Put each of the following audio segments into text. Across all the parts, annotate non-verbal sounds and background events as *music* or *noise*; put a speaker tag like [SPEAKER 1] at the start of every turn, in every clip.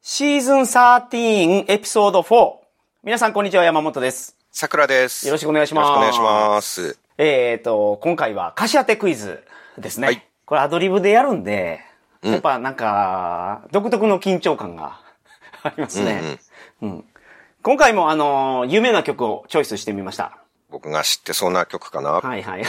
[SPEAKER 1] シーズン13エピソード4。皆さんこんにちは、山本です。
[SPEAKER 2] 桜です。
[SPEAKER 1] よろしくお願いします
[SPEAKER 2] よろしくお願いします。
[SPEAKER 1] えっ、と、今回は歌詞当てクイズですね。
[SPEAKER 2] はい
[SPEAKER 1] これアドリブでやるんで、やっぱなんか、独特の緊張感が *laughs* ありますね。うん今回もあのー有名な曲をチョイスしてみました。
[SPEAKER 2] 僕が知ってそうな曲かな。
[SPEAKER 1] はいはい。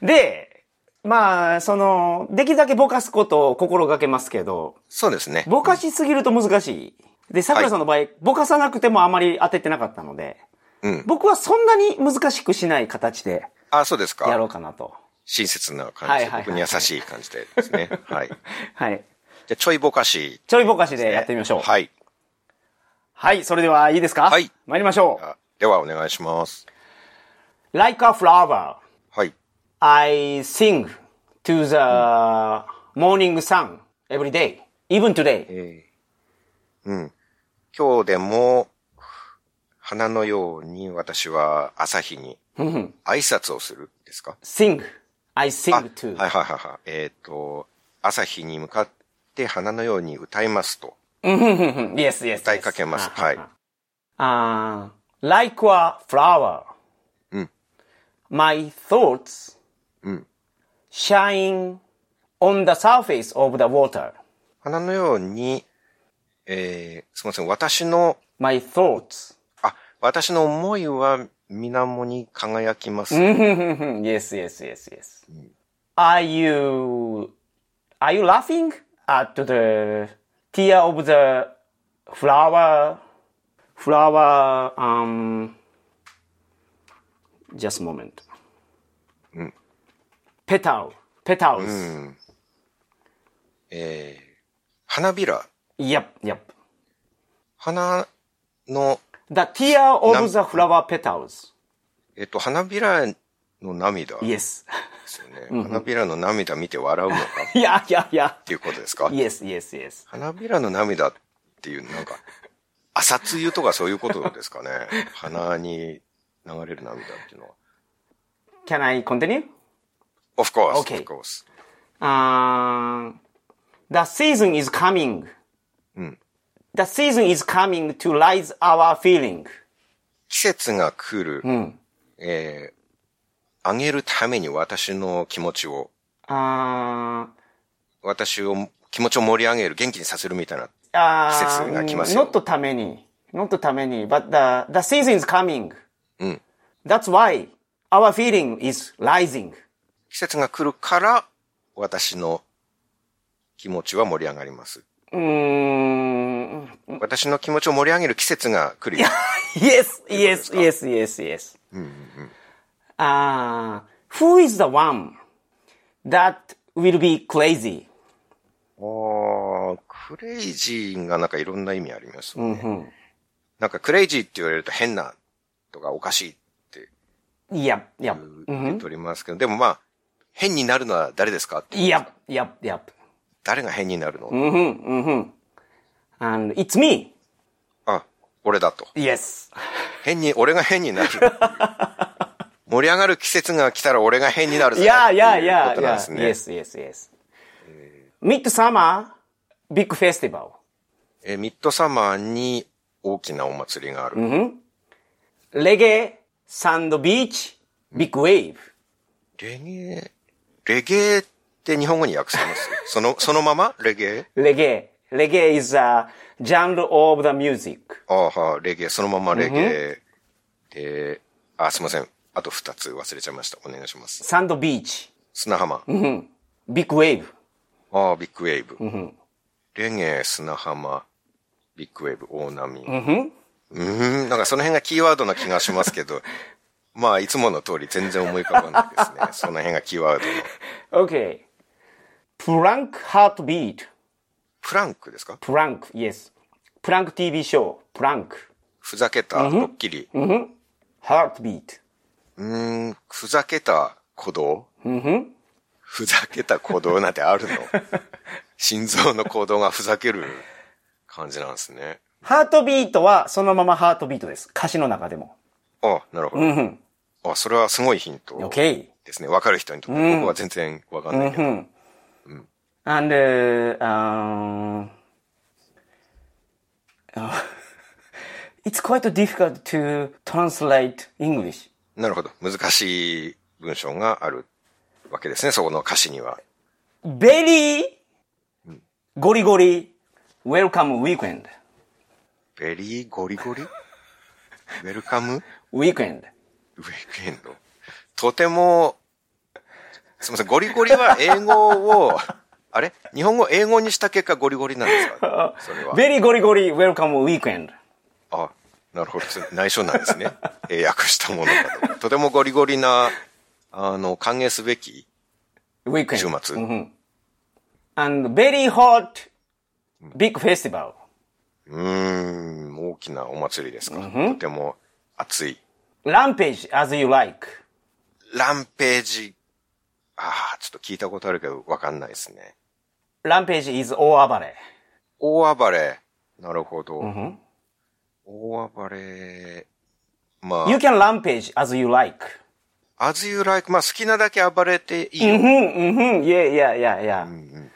[SPEAKER 1] で、まあ、その、できるだけぼかすことを心がけますけど、
[SPEAKER 2] そうですね。
[SPEAKER 1] ぼかしすぎると難しい。で、桜さんの場合、ぼかさなくてもあまり当ててなかったので、
[SPEAKER 2] うん。
[SPEAKER 1] 僕はそんなに難しくしない形で
[SPEAKER 2] あ、そうです
[SPEAKER 1] やろ
[SPEAKER 2] か。
[SPEAKER 1] うかなと。
[SPEAKER 2] 親切な感じで、
[SPEAKER 1] はいはいはい
[SPEAKER 2] 僕に優しい感じでで
[SPEAKER 1] *laughs*
[SPEAKER 2] すね。はい。じゃ
[SPEAKER 1] はい。
[SPEAKER 2] あちょいぼかし。
[SPEAKER 1] ちょいぼかしでやってみましょう。はい。
[SPEAKER 2] はい。
[SPEAKER 1] それではいいですか
[SPEAKER 2] はい
[SPEAKER 1] 参りましょ
[SPEAKER 2] あではお願いします。
[SPEAKER 1] う。Like a flower,
[SPEAKER 2] はい。
[SPEAKER 1] I sing to the morning sun every day, even today.
[SPEAKER 2] うん。今日でも、花のように私は朝日に挨拶をするんですか
[SPEAKER 1] Sing, I
[SPEAKER 2] あ
[SPEAKER 1] sing
[SPEAKER 2] はい
[SPEAKER 1] to.
[SPEAKER 2] はいはいはい。えっ、と、朝日に向かって花のように歌いますと。
[SPEAKER 1] yes, yes.
[SPEAKER 2] 歌いかけます
[SPEAKER 1] あ
[SPEAKER 2] はい。
[SPEAKER 1] あー Ah, like a flower.
[SPEAKER 2] うん
[SPEAKER 1] My thoughts
[SPEAKER 2] うん
[SPEAKER 1] shine on the surface of the water.
[SPEAKER 2] 花のように、えー、すみません、私の、
[SPEAKER 1] My thoughts.
[SPEAKER 2] あ、私の思いは水面に輝きます。
[SPEAKER 1] Mm-hmm. yes, yes, yes, yes. Are you, are you laughing at the tear of the flower, flower, um, just a moment. Petal, petals.
[SPEAKER 2] Mm. えー、花びら、
[SPEAKER 1] Yep, yep.
[SPEAKER 2] 花の、
[SPEAKER 1] The tear
[SPEAKER 2] Nam-
[SPEAKER 1] of the flower petals.
[SPEAKER 2] えっ、と、花びらの涙で
[SPEAKER 1] Yes. *laughs*
[SPEAKER 2] すよね。花びらの涙見て笑うのかっ
[SPEAKER 1] yeah, yeah, yeah.
[SPEAKER 2] ていうことですか
[SPEAKER 1] Yes, yes, yes.
[SPEAKER 2] 花びらの涙っていう、なんか、朝露とかそういうことですかね。花に流れる涙っていうのは。
[SPEAKER 1] Can I continue?
[SPEAKER 2] Of course,
[SPEAKER 1] Okay.
[SPEAKER 2] of course.
[SPEAKER 1] Uh, the season is coming. The season is coming to rise our feeling.
[SPEAKER 2] 季節が来る、えー、あげるために私の気持ちを、
[SPEAKER 1] Uh,
[SPEAKER 2] 私を、気持ちを盛り上げる、元気にさせるみたいな。
[SPEAKER 1] uh,
[SPEAKER 2] 季節が来ますよ。
[SPEAKER 1] not ために not ために but the, the season is coming.
[SPEAKER 2] うん。
[SPEAKER 1] That's why our feeling is rising.
[SPEAKER 2] 季節が来るから、私の気持ちは盛り上がります。
[SPEAKER 1] Mm,
[SPEAKER 2] 私の気持ちを盛り上げる季節が来るよ。
[SPEAKER 1] yes, yes, yes, yes, yes. Uh, who is the one that will be crazy?
[SPEAKER 2] ああ、クレイジーがなんかいろんな意味ありますよね。なんかクレイジーって言われると変なとかおかしいって
[SPEAKER 1] Yep, yep.
[SPEAKER 2] 言っておりますけど、でもまあ、変になるのは誰ですかって
[SPEAKER 1] Yep, yep, yep.
[SPEAKER 2] 誰が変になるの、
[SPEAKER 1] And it's me.
[SPEAKER 2] あ、俺だと。
[SPEAKER 1] Yes.
[SPEAKER 2] 変に、俺が変になる。 *laughs* 盛り上がる季節が来たら俺が変になるぜ。
[SPEAKER 1] Yeah,
[SPEAKER 2] っ
[SPEAKER 1] yeah,
[SPEAKER 2] ていう
[SPEAKER 1] yeah,
[SPEAKER 2] ことなん
[SPEAKER 1] yeah.
[SPEAKER 2] ですね。
[SPEAKER 1] Yes, yes, yes. Midsummer big festival.
[SPEAKER 2] えーミッドサマーに大きなお祭りがある。
[SPEAKER 1] Reggae sand beach big wave.
[SPEAKER 2] レゲエ、レゲエって日本語に訳せます。 *laughs* その、そのままレゲエ
[SPEAKER 1] Reggae. Reggae is a genre of the music.
[SPEAKER 2] ああはあレゲエ、そのままレゲエ。で、あ、すいません。あと二つ忘れちゃいました。お願いします。
[SPEAKER 1] Sand beach
[SPEAKER 2] 砂浜。
[SPEAKER 1] big wave.
[SPEAKER 2] ああ、ビッグウェーブ。レゲエ、砂浜、ビッグウェーブ、大波。うん、ん、なんかその辺がキーワードな気がしますけど、 *laughs* まあ、いつもの通り全然思い浮かばないです *laughs* ね。その辺がキーワードの。
[SPEAKER 1] Okay. Plank heartbeat.
[SPEAKER 2] プランクですか
[SPEAKER 1] Plank, yes. Plank TV show. Plank
[SPEAKER 2] ふざけた、ドッキリ。う
[SPEAKER 1] heartbeat.
[SPEAKER 2] ーん、ふざけた鼓動ふざけた鼓動なんてある *laughs* の心臓の鼓動がふざける感じなんですね。
[SPEAKER 1] ハートビートはそのままハートビートです。歌詞の中でも。
[SPEAKER 2] あなるほど。あ、それはすごいヒント。
[SPEAKER 1] Okay.
[SPEAKER 2] ですね。わかる人にとって、僕は全然わかんないけど。
[SPEAKER 1] And, uh, um, *laughs* It's quite difficult to translate English.
[SPEAKER 2] なるほど。難しい文章があるわけですね、そこの歌詞には。
[SPEAKER 1] Very ゴリゴリ Welcome Weekend.
[SPEAKER 2] ベリーゴリゴリウェルカム
[SPEAKER 1] Weekend.
[SPEAKER 2] ウェイクエンド。とても、すみません、ゴリゴリは英語を、あれ日本語を英語にした結果ゴリゴリなんですかそれは。
[SPEAKER 1] Very ゴリゴリ Welcome Weekend.
[SPEAKER 2] あ、なるほど。それ内緒なんですね。英訳したものかと。とてもゴリゴリな、あの、歓迎すべき
[SPEAKER 1] Weekend. Mm-hmm.
[SPEAKER 2] 週末。
[SPEAKER 1] And very hot big festival.
[SPEAKER 2] うーん、大きなお祭りですか。とても熱い。
[SPEAKER 1] Rampage as you like.
[SPEAKER 2] ランページ。ああ、ちょっと聞いたことあるけど、わかんないですね。
[SPEAKER 1] Rampage is 大暴れ。
[SPEAKER 2] 大暴れ。なるほど。大暴れ。ま
[SPEAKER 1] You can rampage as you like.
[SPEAKER 2] あ、as you like, まあ好きなだけ暴れていいよ。
[SPEAKER 1] Mm-hmm, mm-hmm. Yeah, yeah, yeah, yeah.
[SPEAKER 2] Mm-hmm.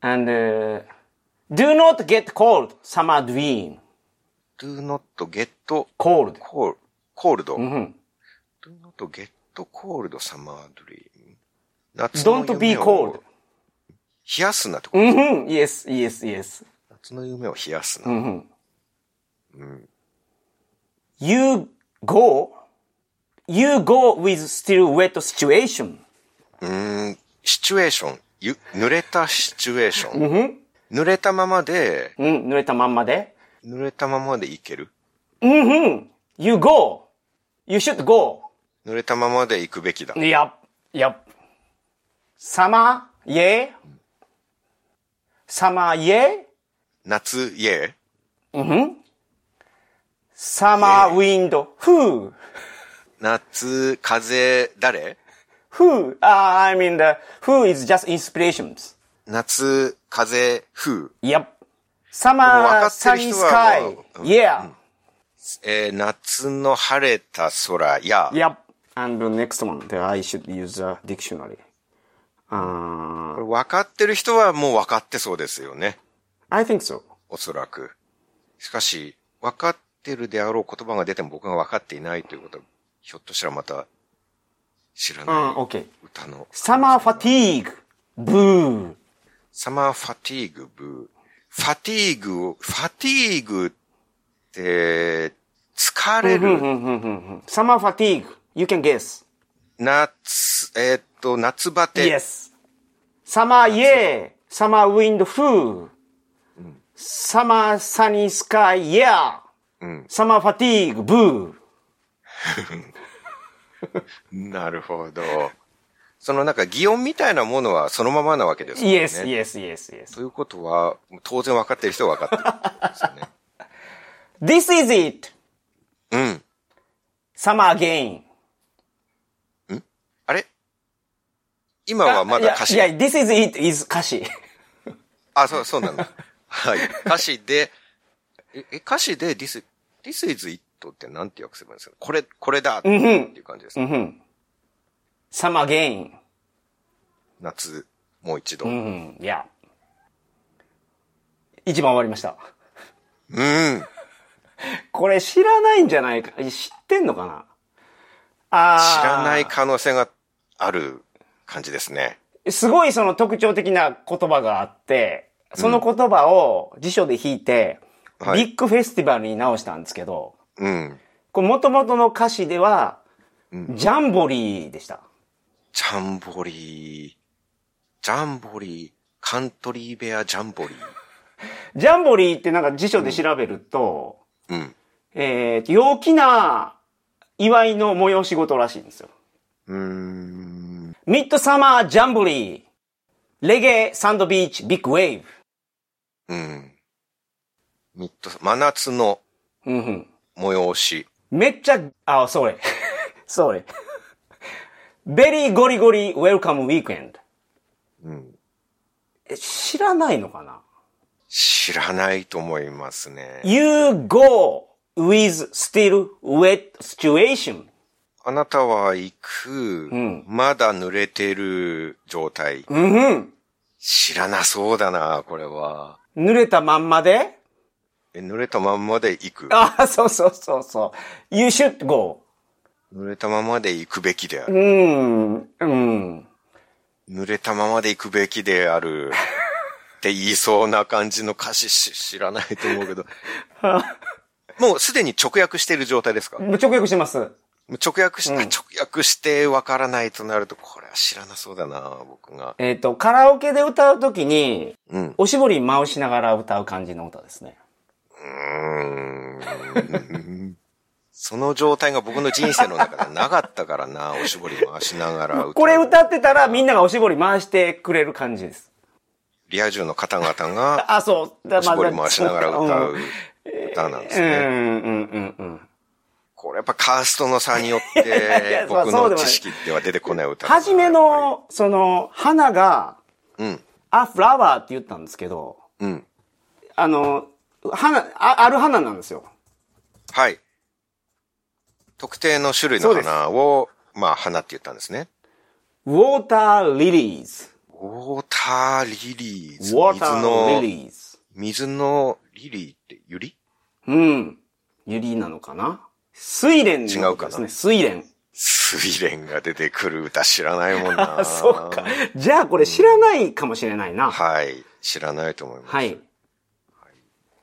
[SPEAKER 1] And uh, do not get cold, summer dream.
[SPEAKER 2] do not get
[SPEAKER 1] Cold. Mm-hmm.
[SPEAKER 2] cold, cold.、
[SPEAKER 1] ん
[SPEAKER 2] do not get cold summer dream. 夏の
[SPEAKER 1] Don't
[SPEAKER 2] 夢
[SPEAKER 1] be
[SPEAKER 2] を
[SPEAKER 1] cold.
[SPEAKER 2] 冷やすなってこと、
[SPEAKER 1] Mm-hmm. Yes, yes, yes.
[SPEAKER 2] 夏の夢を冷やすな。
[SPEAKER 1] You go, you go with still wet situation.
[SPEAKER 2] シチュエーション。ゆ濡れたシチュエーション。濡れたままで、
[SPEAKER 1] うん、濡れたまんまで。
[SPEAKER 2] 濡れたままでいける
[SPEAKER 1] うん、うん。You go. You should go.
[SPEAKER 2] 濡れたままで行くべきだ。
[SPEAKER 1] Yep, yep. Summer, yeah. Summer, yeah.
[SPEAKER 2] 夏、イエ
[SPEAKER 1] Summer wind. Who?
[SPEAKER 2] 夏、風、誰
[SPEAKER 1] Who? Uh, I mean the who is just inspirations.
[SPEAKER 2] 夏、風、風。
[SPEAKER 1] Yep.
[SPEAKER 2] もう分
[SPEAKER 1] Summer,
[SPEAKER 2] かってる
[SPEAKER 1] sunny
[SPEAKER 2] 人はも
[SPEAKER 1] sky.
[SPEAKER 2] ううん
[SPEAKER 1] Yeah.
[SPEAKER 2] えー夏の晴れた空や、
[SPEAKER 1] Yep. And the next one, the I should use a dictionary. Uh,
[SPEAKER 2] これ分かってる人はもう分かってそうですよね。
[SPEAKER 1] I think so.
[SPEAKER 2] おそらく。しかし、分かってるであろう言葉が出ても僕が分かっていないということは、ひょっとしたらまた、知ら
[SPEAKER 1] Uh,
[SPEAKER 2] ない
[SPEAKER 1] okay.
[SPEAKER 2] 歌の。
[SPEAKER 1] Summer fatigue. Boo.
[SPEAKER 2] サマーファティーグブー。ファティーグを、ファティーグって、疲れる。
[SPEAKER 1] Summer fatigue. You can guess.
[SPEAKER 2] 夏、えーっと、夏バテ。
[SPEAKER 1] Yes. Summer yeah. Summer wind who. Summer sunny sky yeah. Summer fatigue. Boo.
[SPEAKER 2] なるほど。そのなんか擬音みたいなものはそのままなわけですよね。
[SPEAKER 1] Yes, yes, yes, yes.
[SPEAKER 2] ということは、当然分かってる人は分かってるってことですよね。
[SPEAKER 1] This is it. *laughs*
[SPEAKER 2] うん。
[SPEAKER 1] Summer again.
[SPEAKER 2] あれ今はまだ歌詞
[SPEAKER 1] いや、いや this is it is 歌詞。 *laughs*
[SPEAKER 2] あ、そう、そうなんだ。 *laughs* はい。歌詞で、え、え歌詞で this, this is it ってなんて訳せばいいんですかこれ、これだっていう感じですか、
[SPEAKER 1] Summer again.
[SPEAKER 2] 夏、もう一度。
[SPEAKER 1] う、
[SPEAKER 2] うん
[SPEAKER 1] いや。一番終わりました。
[SPEAKER 2] ん。
[SPEAKER 1] これ知らないんじゃないか。知ってんのかなあ
[SPEAKER 2] 知
[SPEAKER 1] ー
[SPEAKER 2] らない可能性がある感じですね。
[SPEAKER 1] すごいその特徴的な言葉があって、その言葉を辞書で引いて、
[SPEAKER 2] はい
[SPEAKER 1] ビッグフェスティバルに直したんですけど、
[SPEAKER 2] うん。
[SPEAKER 1] これ元々の歌詞では、ジャンボリーでした。
[SPEAKER 2] ジャンボリー、ジャンボリー、カントリーベアジャンボリー。
[SPEAKER 1] ジャンボリーってなんか辞書で調べると、
[SPEAKER 2] うん。
[SPEAKER 1] えー、陽気な祝いの催し事らしいんですよ。
[SPEAKER 2] うーん。
[SPEAKER 1] ミッドサマージャンボリー、レゲエサンドビーチビッグウェー
[SPEAKER 2] うん。ミッド、真夏の
[SPEAKER 1] ブ。うんうん
[SPEAKER 2] 催し。
[SPEAKER 1] めっちゃ、あ、そ *laughs* れ。それ。ベリーゴリゴリウェルカムウィークエンド。
[SPEAKER 2] うん。
[SPEAKER 1] え知らないのかな
[SPEAKER 2] 知らないと思いますね。
[SPEAKER 1] ?You go with still wet situation.
[SPEAKER 2] あなたは行く、まだ濡れてる状態。
[SPEAKER 1] うんうん。
[SPEAKER 2] 知らなそうだな、これは。
[SPEAKER 1] 濡れたまんまで
[SPEAKER 2] え濡れたまんまで行く。
[SPEAKER 1] ああ、そうそうそうそう。You should go.
[SPEAKER 2] 濡れたままで行くべきであ
[SPEAKER 1] う
[SPEAKER 2] る。
[SPEAKER 1] ーん、うん。
[SPEAKER 2] 濡れたままで行くべきで
[SPEAKER 1] *laughs*
[SPEAKER 2] ある。って言いそうな感じの歌詞し知らないと思
[SPEAKER 1] *laughs*
[SPEAKER 2] うけど。もうすでに直訳している状態ですか
[SPEAKER 1] 直訳してます。
[SPEAKER 2] 直訳
[SPEAKER 1] う
[SPEAKER 2] し、
[SPEAKER 1] ん
[SPEAKER 2] あ直訳してわからないとなると、これは知らなそうだな、僕が。
[SPEAKER 1] えっ、と、カラオケで歌うときに、
[SPEAKER 2] うん。
[SPEAKER 1] おしぼり回しながら歌う感じの歌ですね。
[SPEAKER 2] うーんその状態が僕の人生の中でなかったからな、おしぼり回しながら歌う
[SPEAKER 1] これ歌ってたらみんながおしぼり回してくれる感じです。
[SPEAKER 2] リア充の方々が、
[SPEAKER 1] あ、そう。だ
[SPEAKER 2] おしぼり回しながら歌う
[SPEAKER 1] うん
[SPEAKER 2] 歌なんです
[SPEAKER 1] う
[SPEAKER 2] ね。
[SPEAKER 1] んうんうんうん。
[SPEAKER 2] これやっぱカーストの差によっ
[SPEAKER 1] いや
[SPEAKER 2] て、
[SPEAKER 1] *laughs* そうで
[SPEAKER 2] 僕の
[SPEAKER 1] もない
[SPEAKER 2] 知識では出てこない歌。
[SPEAKER 1] 初め、の、その、花が、
[SPEAKER 2] うん、
[SPEAKER 1] あ、フラワーって言ったんですけど、
[SPEAKER 2] うん。
[SPEAKER 1] あの、花、あある花なんですよ。
[SPEAKER 2] はい。特定の種類
[SPEAKER 1] そ
[SPEAKER 2] の
[SPEAKER 1] うです
[SPEAKER 2] 花を、まあ花って言ったんですね。
[SPEAKER 1] ウォーターリリーズ。
[SPEAKER 2] ウォーターリリーズ。
[SPEAKER 1] ウォーター
[SPEAKER 2] 水
[SPEAKER 1] リ
[SPEAKER 2] の、
[SPEAKER 1] リーズ。
[SPEAKER 2] 水のリリーってユリ
[SPEAKER 1] うん。ユリなのかな水蓮の
[SPEAKER 2] 違うかな
[SPEAKER 1] ですね。水蓮。
[SPEAKER 2] スイレンが出てくる歌知らないもんな。
[SPEAKER 1] あ、 *laughs* そうか。じゃあこれ知らないかもしれないな。
[SPEAKER 2] はい。知らないと思います。
[SPEAKER 1] はい。
[SPEAKER 2] すみ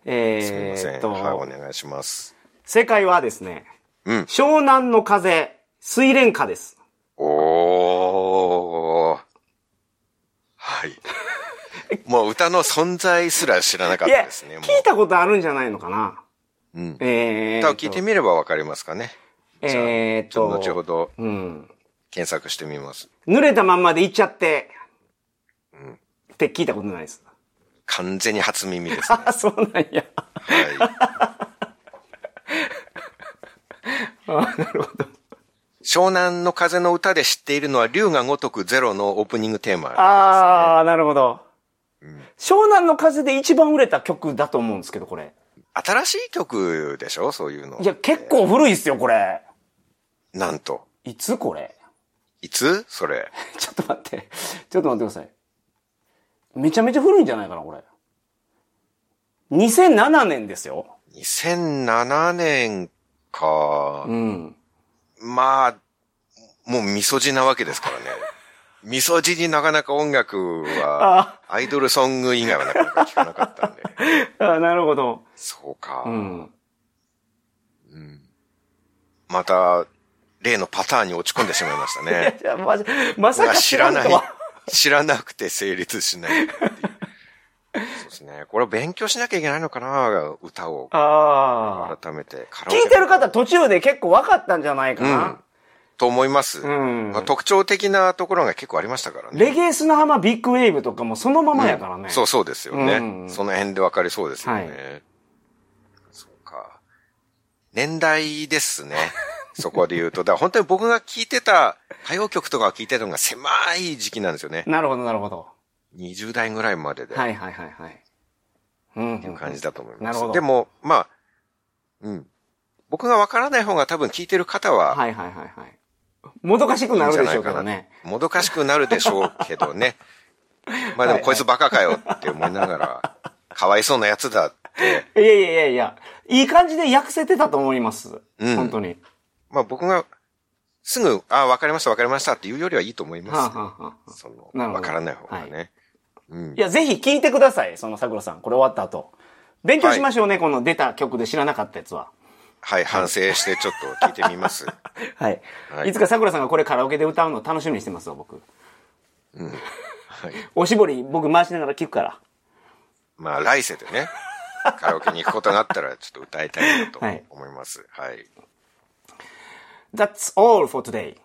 [SPEAKER 1] え
[SPEAKER 2] ませ
[SPEAKER 1] ーっ
[SPEAKER 2] ん。はい、お
[SPEAKER 1] と、
[SPEAKER 2] 願いします。
[SPEAKER 1] 正解はですね、
[SPEAKER 2] うん。
[SPEAKER 1] 湘南の風、水蓮花です。
[SPEAKER 2] おー。
[SPEAKER 1] *laughs*
[SPEAKER 2] はい。もう歌の存在すら知らなか
[SPEAKER 1] い
[SPEAKER 2] った
[SPEAKER 1] や、
[SPEAKER 2] ですね。
[SPEAKER 1] 聞
[SPEAKER 2] も
[SPEAKER 1] いたことあるんじゃないのかな
[SPEAKER 2] う。うん。
[SPEAKER 1] えーっと。
[SPEAKER 2] 歌を聞いてみればわかりますかね。じゃあ
[SPEAKER 1] えーっ
[SPEAKER 2] ちょ
[SPEAKER 1] と、
[SPEAKER 2] っと後ほど
[SPEAKER 1] うん。
[SPEAKER 2] 検索してみます。
[SPEAKER 1] 濡れたまんまで行っちゃって、
[SPEAKER 2] うん
[SPEAKER 1] って聞いたことないです。
[SPEAKER 2] 完全に初耳ですね。
[SPEAKER 1] あ、そうなんや。
[SPEAKER 2] はい。
[SPEAKER 1] *laughs* あなるほど。
[SPEAKER 2] 湘南の風の歌で知っているのは、龍が如くゼロのオープニングテーマ。
[SPEAKER 1] あー、なるほど。
[SPEAKER 2] うん
[SPEAKER 1] 湘南の風で一番売れた曲だと思うんですけど、これ。
[SPEAKER 2] 新しい曲でしょそういうの。
[SPEAKER 1] いや、結構古いっすよ、これ。
[SPEAKER 2] なんと。
[SPEAKER 1] いつこれ
[SPEAKER 2] いつそれ。
[SPEAKER 1] *laughs* ちょっと待って。ちょっと待ってください。めちゃめちゃ古いんじゃないかな、これ。2007年ですよ。
[SPEAKER 2] 2007年か
[SPEAKER 1] う。ん。
[SPEAKER 2] まあ、もうみそじなわけで
[SPEAKER 1] *laughs*
[SPEAKER 2] すからね。みそじになかなか音楽は、アイドルソング以外はなかなか聞かなかったんで。
[SPEAKER 1] あなるほど。
[SPEAKER 2] そうか。
[SPEAKER 1] *laughs* うん。
[SPEAKER 2] また、例のパターンに落ち込んでしまいました
[SPEAKER 1] いや
[SPEAKER 2] ね。
[SPEAKER 1] いやまさ *laughs* まさ
[SPEAKER 2] まあ
[SPEAKER 1] か
[SPEAKER 2] 知らない
[SPEAKER 1] とは。。
[SPEAKER 2] 知らなくて成立しな
[SPEAKER 1] *laughs*
[SPEAKER 2] いっていう。そうですね。これは勉強しなきゃいけないのかな歌を。
[SPEAKER 1] ああ。
[SPEAKER 2] 改めて。カラオケ
[SPEAKER 1] 聞いてる方途中で結構分かったんじゃないか
[SPEAKER 2] と思います。
[SPEAKER 1] な。うん。
[SPEAKER 2] まあ、特徴的なところが結構ありましたからね。
[SPEAKER 1] レゲエ砂浜ビッグウェーブとかもそのままやからね。
[SPEAKER 2] うんそうそうですよね。
[SPEAKER 1] うん
[SPEAKER 2] その辺でわかりそうですよね。
[SPEAKER 1] は
[SPEAKER 2] そうか。年代です
[SPEAKER 1] *laughs*
[SPEAKER 2] ね。そこで言うと。だから本当に僕が聞いてた、歌謡曲とかを聞いてたのが狭い時期なんですよね。
[SPEAKER 1] なるほど、なるほど。
[SPEAKER 2] 20代ぐらいまでで。。
[SPEAKER 1] はいいはいはいはい。うん。
[SPEAKER 2] いう感じだと思います。
[SPEAKER 1] なるほど
[SPEAKER 2] でも、まあ、うん。僕がわからない方が多分聞いてる方は、
[SPEAKER 1] はいはいはいはい。もどかしくなるでしょうけどね。
[SPEAKER 2] もどかしくなるでしょうけ
[SPEAKER 1] *laughs*
[SPEAKER 2] どね。まあでもこいつバカかよって思いながら、かわいそうなやつだって。
[SPEAKER 1] いやいやいやいや、いい感じで訳せてたと思います。
[SPEAKER 2] うん
[SPEAKER 1] 本当に。
[SPEAKER 2] まあ僕が、すぐ、ああ、わかりました、わかりましたっていうよりはいいと思い
[SPEAKER 1] はあ、は
[SPEAKER 2] ます。
[SPEAKER 1] あはあ、
[SPEAKER 2] その、
[SPEAKER 1] なるほど
[SPEAKER 2] わからない方がね。うん
[SPEAKER 1] い。や、ぜひ聞いてください、その桜さん。これ終わった後。勉強しましょうね、この出た曲で知らなかったやつは。
[SPEAKER 2] はい、反省してちょっと聞いてみます。
[SPEAKER 1] はい。
[SPEAKER 2] はい
[SPEAKER 1] い、つか桜さんがこれカラオケで歌うの楽しみにしてますわ、僕。
[SPEAKER 2] はい。
[SPEAKER 1] おしぼり僕回しながら聞くから。
[SPEAKER 2] まあ来世でね、カラオケに行くことがあったらちょっと歌いたいなと
[SPEAKER 1] はい
[SPEAKER 2] 思います。はい。
[SPEAKER 1] That's all for today.